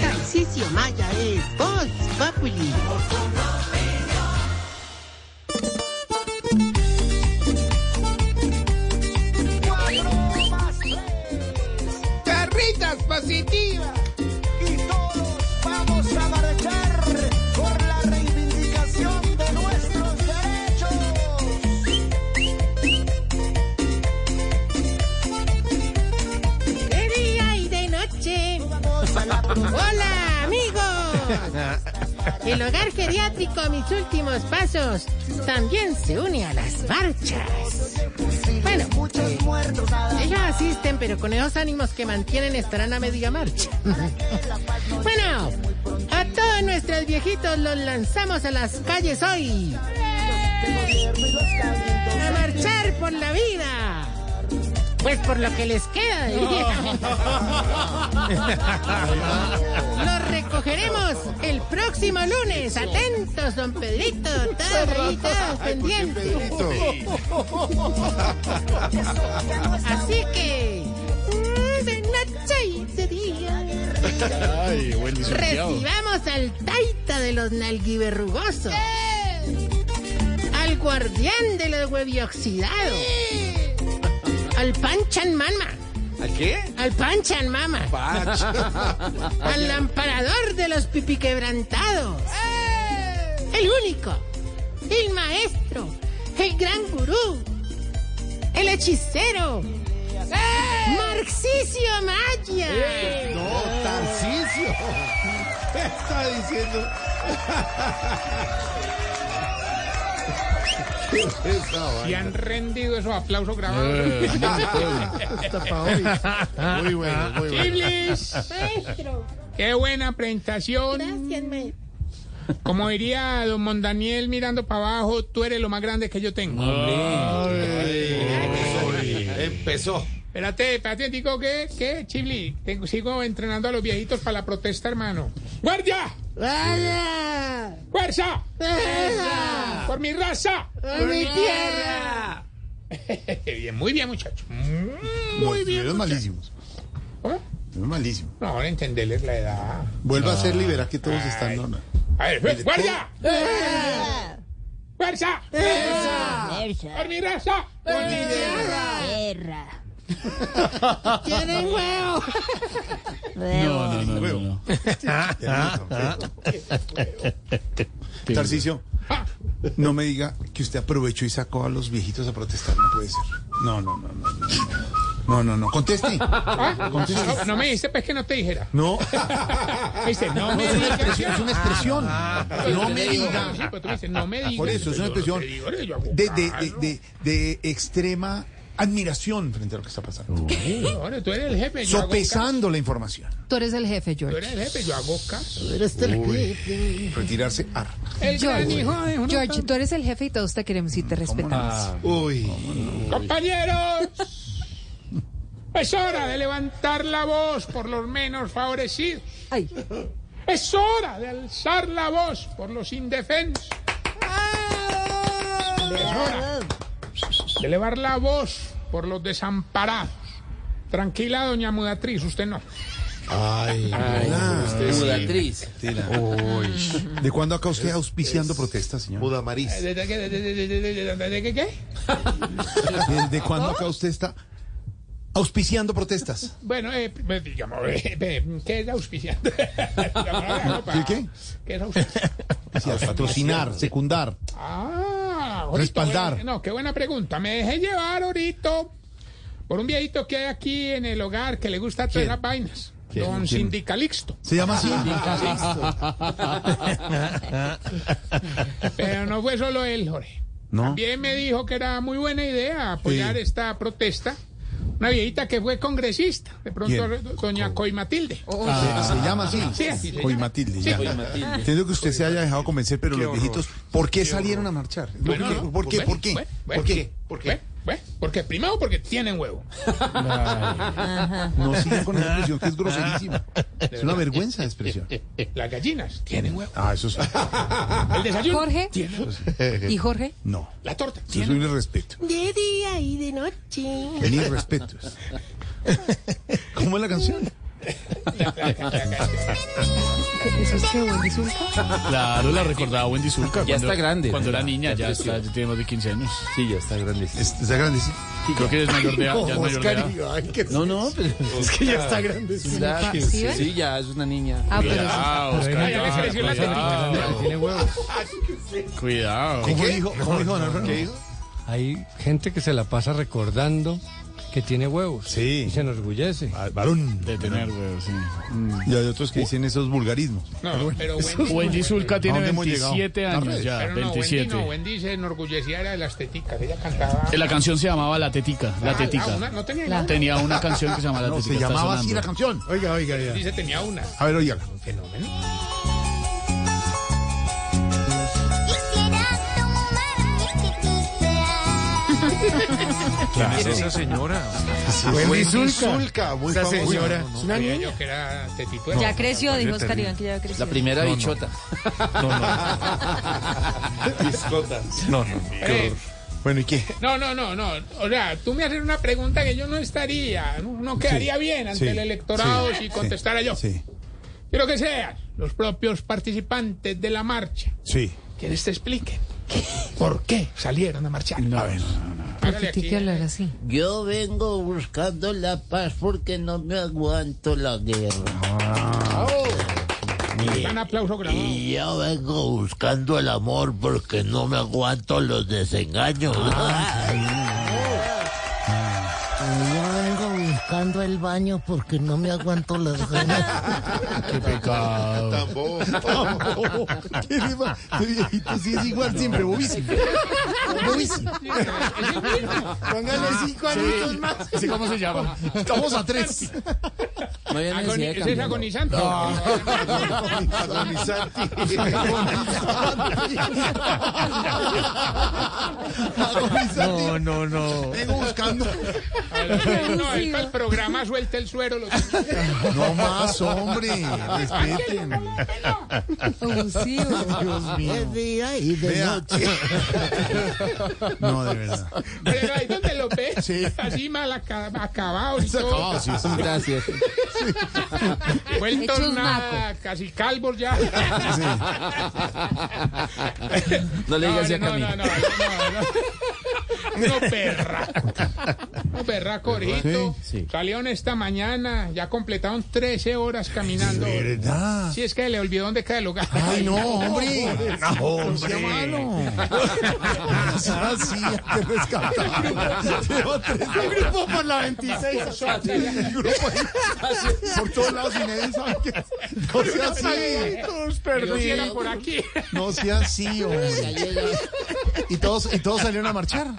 Radio Maya es Voz Populi. Cuatro más tres. Carritas positivas. Y todos vamos a marchar por la reivindicación de nuestros derechos. De día y de noche. Vamos a la Hola amigos. El hogar geriátrico Mis Últimos Pasos también se une a las marchas. Bueno, muchos muertos, nada. ellos asisten, pero con esos ánimos que mantienen estarán a media marcha. Bueno, a todos nuestros viejitos los lanzamos a las calles hoy. A marchar por la vida. Pues por lo que les queda de vida. Los recogeremos el próximo lunes. Atentos, don Pedrito. Todos ahí, todos pendientes. Así que. mm, De noche y de día. Ay, buen licenciado. Recibamos al taita de los nalguiverrugosos. Al guardián de los huevioxidados. Al panchan mama. ¿A qué? Al panchan mama. Al amparador de los pipiquebrantados. El único. El maestro. El gran gurú. El hechicero. Marxicio Maya. No, Tarcicio. ¿Qué está diciendo? ¿Qué es esa Y han rendido esos aplausos grabados. vaina? Está pa' hoy. Muy bueno, muy bueno. Iblis, Maestro. Qué buena presentación. Gracias, maestro. Como diría don Mondaniel mirando para abajo, tú eres lo más grande que yo tengo. Empezó. Espérate, espérate, digo que, que, Chibli, tengo- sigo entrenando a los viejitos para la protesta, hermano. ¡Guardia! ¡Vaya! ¡Fuerza! ¡Vaya! ¡Por mi raza! ¡Por mi tierra! bien, muy bien, muchachos. Muy bien. Estuvieron malísimos. ¿Cómo? Estuvieron malísimos. No, ahora entenderles la edad. Vuelva a hacerlo y verá que todos están. Ay. no, no. A ver, Mire, ¡guardia! ¡Fuerza! ¡Por mi raza! Guerra. ¡Tienen huevo! Huevo. Huevo. Tarcicio, Ah. no me diga que usted aprovechó y sacó a los viejitos a protestar. No puede ser. No, no, no, no. no, No, no, no. no. Conteste. Ah, Conteste. No, no me dijiste, pues que no te dijera. No. Ah, Dice, no me Ah, Es una digas. expresión. Es una expresión. No me diga. Sí, pero tú dices, no me digas. Por eso, es una expresión Te digo, de, yo hago de- caso. de- de- de extrema admiración frente a lo que está pasando. Ahora, tú eres el jefe, yo hago caso. Sopesando la información. Tú eres el jefe, Tú George. eres el jefe, yo hago caso. Retirarse. ar. El gran hijo de una- George, tú eres el jefe y todos te queremos y te respetamos. Uy. Compañeros, es hora de levantar la voz por los menos favorecidos. Ay. Es hora de alzar la voz por los indefensos. Es hora de elevar la voz por los desamparados. Tranquila, doña Mudatriz, usted no. Ay, hola. Mudatriz. ¿De cuándo acá usted auspiciando protestas, señor? Mudamariz. ¿De qué? ¿De qué? ¿De qué? ¿De qué? qué? ¿De cuándo acá usted está auspiciando protestas? Bueno, eh, eh, digamos, eh, eh, ¿qué es auspiciando? ¿Qué, qué? ¿Qué es auspiciando? Sí, patrocinar, secundar. Ah, ahorita, Respaldar. bueno, no, qué buena pregunta. Me dejé llevar ahorita por un viejito que hay aquí en el hogar que le gusta todas ¿Quién? las vainas. ¿Quién? Don ¿Quién? Sindicalixto. ¿Se llama así? Pero no fue solo él, Jorge. No. También me dijo que era muy buena idea apoyar Sí. esta protesta. Una viejita que fue congresista, de pronto ¿Quién? doña Coimatilde. Ah, Se, se llama así. Sí, así se Coy llama. Matilde. Sí. ya. Coy Entiendo que usted se haya dejado convencer, pero los viejitos, ¿por qué salieron a marchar? Bueno, ¿Por qué? no, Pues ¿Por qué? bueno, ¿Por qué? ¿Por bueno, qué? bueno, bueno, pues bueno, porque primero porque tienen huevo. No sigan con esa expresión que es groserísima. Es una vergüenza de expresión. Las gallinas tienen huevo. Ah, eso sí. El desayuno Jorge. tiene huevo. ¿Y Jorge? No. La torta Eso es tiene un irrespeto. De día y de noche. Un irrespeto. es. ¿Cómo es la canción? huevo. ¿Eso es que Wendy Zulka? Claro, la recordaba Wendy Zulka. Ya está grande. Cuando era niña, ya, creció. está, ya tiene más de 15 años. Sí, ya está grande. Es- Está grandecito. Creo que es mayor de edad. ya es mayor de edad. No, no, pero es que ya está grande. ¿Sí ven? Sí, ya es una niña. Ah, pero eso- Cuidado, Oscar. ya le creció la Cuidado. Tiene huevos. Cuidado. ¿Cómo dijo? ¿Cómo dijo don Álvaro? Hay gente que se la pasa recordando que tiene huevos. Sí. Y se enorgullece. Ah, Varón. De tener, güey, sí. Y hay otros que dicen esos vulgarismos. No, pero Wendy. Wendy Zulka tiene dónde hemos llegado? 27 años Tarde. Pero ya, no, Wendy no, 27. Wendy se enorgullecía era de las teticas, ella cantaba. Eh, La canción se llamaba La Tetica. La Ah, una- Tetica. no tenía La- una. Tenía una canción que se llamaba La Tetica. Se está llamaba así sonando. la canción. Oiga, oiga, ya. Dice tenía una. A ver, oiga. Fenómeno. Quisiera tomar mi tequila. es esa señora? Wendy Zulka. Zulka, muy famosa. No, no, no. Una Creía niña. yo que era Eh, tetituela. Ya creció, dijo Oscar Iván que ya creció. La primera bichota. Eh, Bueno, ¿y qué? No, no, no, no. O sea, tú me haces una pregunta que yo no estaría, no, no quedaría Sí, bien ante sí, el electorado sí, si contestara yo. Sí, Quiero que sean los propios participantes de la marcha sí. quienes te expliquen por qué salieron a marchar. A ver. ¿Por qué tiene que hablar así? Yo vengo buscando la paz porque no me aguanto la guerra. Un aplauso grabado. Y yo vengo buscando el amor porque no me aguanto los desengaños. Ah. Yo vengo buscando el baño porque no me aguanto las ganas. Qué pecado. Tampoco. Oh, Qué rima. Este viejito sí es igual siempre, bobísimo. Bobísimo. Póngale cinco añitos más. ¿Ese cómo se llama? Estamos a tres. No había necesidad Agoni- de ese es cambiarlo. agonizante. Agonizante. No, no, no. Vengo buscando. No, es para el programa Suelta el Suero. lo que- No más, hombre. Respeten. Abusivo. Dios mío. día y de Vea. No, de verdad. Pero ahí donde lo ves, Sí. así mal aca- acabado y todo. Gracias. Vuelto Hechos nada, casi calvos ya. No le digas así a no, Camilo. no, no, no, no, no. No, perra. No, perra, Corito. Sí, sí. Salieron esta mañana, ya completaron 13 horas caminando. De verdad. Si es que le olvidó dónde cae el hogar. Ay, no, hombre. No, hombre. malo. Ah, sí, hay que rescatar. Llevo tres Grupo por la 26. grupos por todos lados y nadie sabe qué hacer. No sea así. Todos perdidos. por aquí. No sea así, hombre. Y todos, y todos salieron a marchar.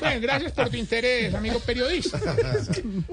Bueno, gracias por tu interés, amigo periodista.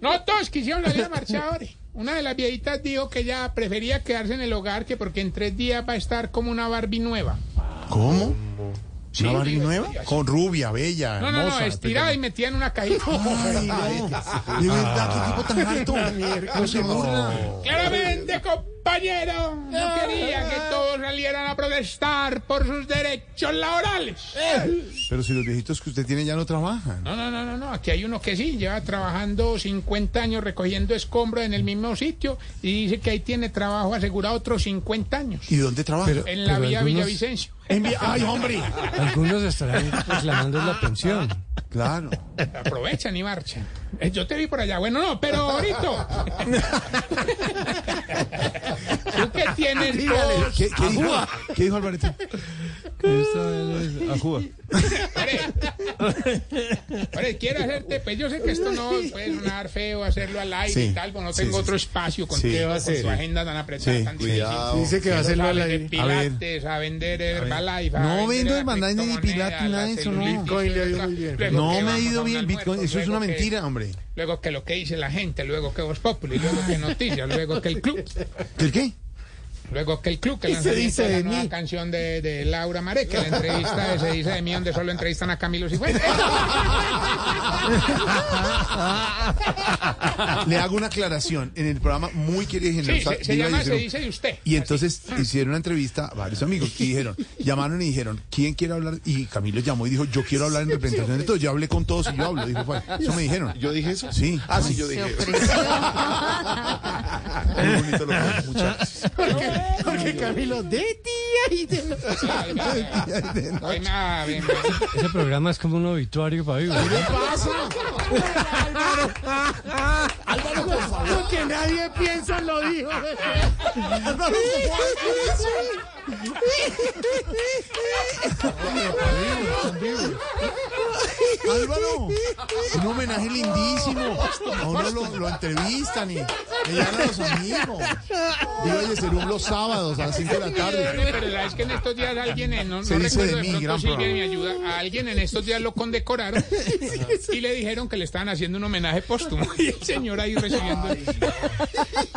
No todos quisieron la vida marchadores. Una de las viejitas dijo que ella prefería quedarse en el hogar que porque en tres días va a estar como una Barbie nueva. ¿Cómo? ¿Una Barbie nueva? Con rubia, bella, No, no, no, hermosa. Ah, estirada y metida en una cajita. Ay, no. De verdad, qué tipo tan alto. No se burla. Claramente, compañero, no quería que todos salieran a protestar por sus derechos laborales. Pero si los viejitos que usted tiene ya no trabajan. No, no, no, no, no, aquí hay uno que sí, lleva trabajando 50 años recogiendo escombros en el mismo sitio y dice que ahí tiene trabajo asegurado otros 50 años. ¿Y dónde trabajan? En la Pero vía algunos- Villavicencio. En vi- ¡Ay, hombre! Algunos estarán reclamando la pensión. Claro. Aprovechan y marchan. Eh, Yo te vi por allá. Bueno, no, pero ahorita. Tú que tienes dos, ¿Qué, qué dijo, ¿Qué dijo Alvaretti? Esta es a Cuba. Ahora, quiero hacerte, pues yo sé que esto no puede sonar feo hacerlo al aire Sí, y tal, porque no sí, tengo sí, otro sí. espacio con, Sí. tu- ¿Qué va a con hacer? tu agenda tan apretada, Sí, tan cuidado. difícil. Dice que va a hacerlo al Sale de aire. A ver. Pilates, a vender Herbalife. a No vender vendo la Herbalife ni criptomoneda, Pilates, nada de la eso, no. celulitis, Bitcoin le ha ido luego muy bien. que No me ha vamos a ido un bien el almuerzo, Bitcoin. Eso es luego una que- mentira, hombre. Luego que lo que dice la gente, luego que Voz Populi, luego que Noticias, luego que el club, ¿El qué? luego que el club, que ¿Qué se lanzamiento dice de la de nueva mí? canción de, de Laura Maré, que la entrevista de Se dice de mí, donde solo entrevistan a Camilo Cifuentes. Le hago una aclaración. En el programa muy querido y Sí, generosa. se, se Diva llama Ah. Se dijeron- dice de usted. Y entonces hicieron una entrevista a varios amigos y dijeron, llamaron y dijeron, ¿quién quiere hablar? Y Camilo llamó y dijo, yo quiero hablar en representación de todos. Yo hablé con todos y yo hablo. Dijo, "Fue". eso me dijeron. ¿Yo dije eso? Sí. Ah, sí, yo Se dije. ofreció. Muy bonito lo que dijo, muchas gracias. No, Porque Camilo, de tía y de noche. Ave María. Ese programa es como un obituario para vivir. Lo que nadie piensa lo dijo. Álvaro, un homenaje lindísimo. A uno lo, lo entrevistan y le llaman a los amigos. Digo, oye, Cerú, los sábados a las 5 de la tarde. Pero la es que en estos días alguien, eh, no, Se no dice de recuerdo de mí, pronto gran Silvia programa. me ayuda, a alguien en estos días lo condecoraron y le dijeron que le estaban haciendo un homenaje póstumo y el señor ahí recibiendo. el-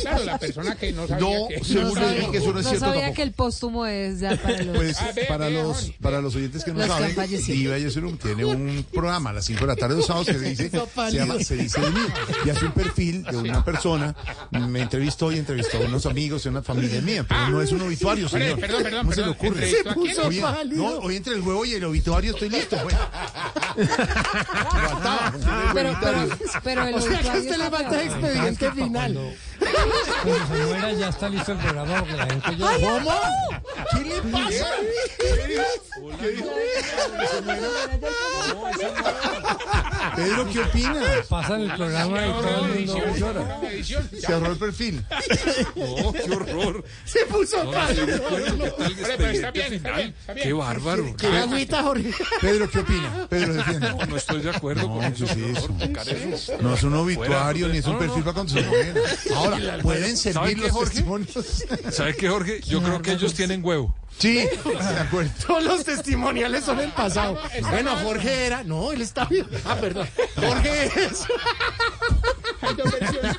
Claro, la persona que no sabía No, que... seguro sabía. que eso no No es cierto sabía tampoco. que el póstumo es ya para los... Pues Ah, ve, para ve, los Jorge. para los oyentes que no Los que saben, han fallecido. Diva Yesurum tiene un programa a las 5 de la tarde los sábados que se dice, se pálido. llama Se dice de mí y hace un perfil de una persona, me entrevistó y entrevistó a unos amigos y una familia mía, pero no es un obituario, Ah, Hombre, señor. perdón, perdón, ¿Cómo perdón, se le ocurre? ¿entrevistó a quién? Se puso Hoy- pálido. no, hoy entre el huevo y el obituario estoy listo, pues. güey. Faltaba, Pero, pero, pero el O sea que a obituario usted le está falta peor. expediente final. Cuando, cuando se muera ya está listo el programa porque la gente ya... ¿Cómo? ¿Qué le pasa? Pedro, ¿qué opinas? Pasan el programa y todo el mundo llora. edición. Se ahorró el perfil. ¡Qué horror! Se puso pálido. Hombre, pero está bien, está bien, está bien. ¡Qué bárbaro! Que agüita, Jorge. Pedro, ¿qué opina? Pedro, defiende. No estoy de acuerdo No, con ¿qué eso. es por favor, eso? tocar eso. No es un obituario Fuera, ni es un no, perfil no. para cuando se muera. Ahora, ¿pueden ¿Sabe servir qué, los Jorge? testimonios? ¿Sabe qué, Jorge? Yo creo que ellos tienen huevo. Sí, de acuerdo. Todos los testimoniales son el pasado. Ah, Bueno, Jorge era. No, él está vivo. Ah, perdón. Jorge es. Hay dos versiones.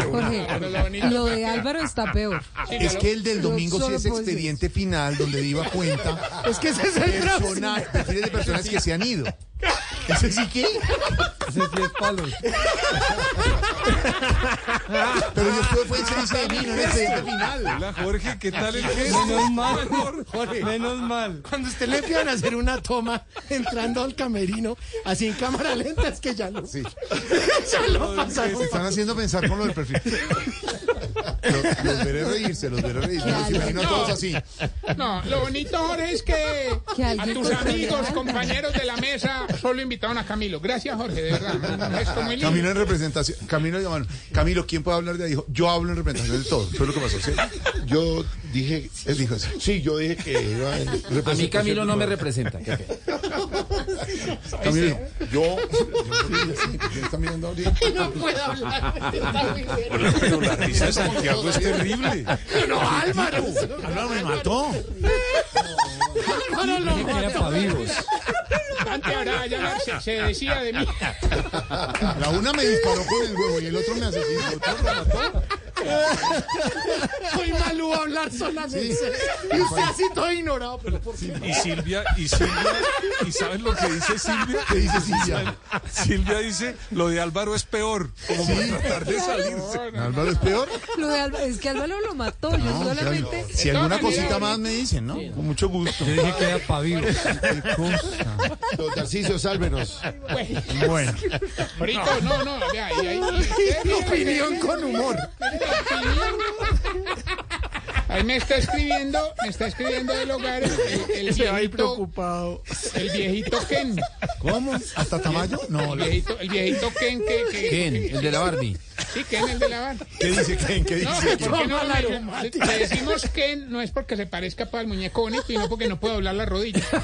Jorge, Pero la bonita- lo de Álvaro está peor. Es que el del Pero domingo sí solo es puedo decir- expediente final donde Diva cuenta Es que ese es el próximo. personajes, perfiles de personas que se han ido. ¿Ese sí qué? Ese sí es palos. Pero yo estuve fue en se dice de mí, no en el expediente final. Hola, Jorge, ¿qué tal el gesto? Menos mal. Menos mal. Cuando usted le pidan hacer una toma entrando al camerino, así en cámara lenta, es que ya lo. Sí. Ya lo pasaron. Se están haciendo pensar con lo del perfil. Los, los veré reírse, los veré reírse. Los imagino a todos así. No, lo bonito, Jorge, es que Que a alguien tus controle amigos, algo. compañeros de la mesa, solo invitaron a Camilo. Gracias, Jorge, de verdad. Un gesto muy lindo. Camilo en representación. Camilo llamaron. Camilo, ¿quién puede hablar de ahí? Dijo, yo hablo en representación de todos. Fue lo que pasó. ¿sí? Yo dije, Él dijo eso. sí, yo dije que iba en A mí representación Camilo no de- me representa. qué pena. Camilo dijo, Yo, ¿quién está mirando ahorita? No puedo hablar. Está muy bueno. Hola, pero la risa de Santiago es terrible. No, Álvaro. Álvaro me mató. Álvaro lo Era mató. para vivos. Antes ahora ya se, se decía de mí. La una me disparó con el huevo y el otro me asesinó. El otro me mató. Soy malo a hablar solamente. Y usted así todo ignorado. Pero por qué? Y Silvia, y Silvia, ¿y saben lo que dice Silvia? ¿Qué dice Silvia? Silvia dice, lo de Álvaro es peor. Como para tratar de salirse. Álvaro es peor. Lo de Álvaro- es que Álvaro lo mató. Yo No, o sea, solamente... si alguna cosita más me dicen, ¿no? Con mucho gusto. Yo dije que era para vivos. don Tarcisio, sálvenos. Pues, Bueno, ahorita, no, no, vea, y ahí. y- Opinión con humor. Ahí me está escribiendo, me está escribiendo del hogar el, el viejito, preocupado. el viejito Ken. ¿cómo? ¿Hasta Tamayo? No, El la- viejito, el viejito Ken que, que- ¿Quién? El de la Barbie. sí, Ken el de la van. ¿qué dice Ken? ¿Qué No, dice Ken? ¿por qué no? Toma la Le- aromática. le decimos Ken no es porque se parezca para el muñeco bonito, sino porque no puede doblar la rodilla. ¿Qué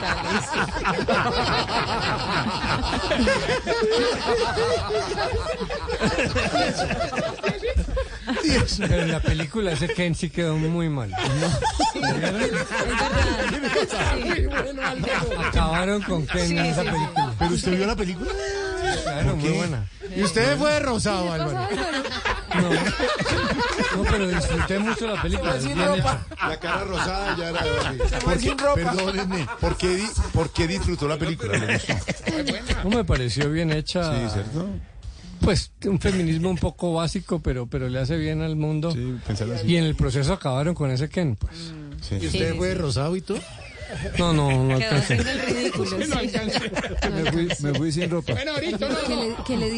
tal eso? Pero en la película ese Ken sí quedó muy mal. Es verdad. Sí. Acabaron con Ken en esa película. ¿Pero usted vio la película? Claro, muy buena. Y usted fue de rosado, Álvaro. No, no, pero disfruté mucho la película. es bien hecha. La cara rosada ya era. ¿Por qué, perdónenme, ¿por qué, di- por qué disfrutó la película? ¿Le gustó? No me pareció bien Sí, hecha. ¿cierto? Pues un feminismo un poco básico, pero, pero le hace bien al mundo. Sí, pensarlo así. Y en el proceso acabaron con ese Ken, pues. Sí. ¿Usted fue de rosado y todo? No, no, no Quedó alcancé. haciendo el ridículo. No sí. alcanza. Me fui, me fui sin ropa. Bueno, ahorita no. Que le- que le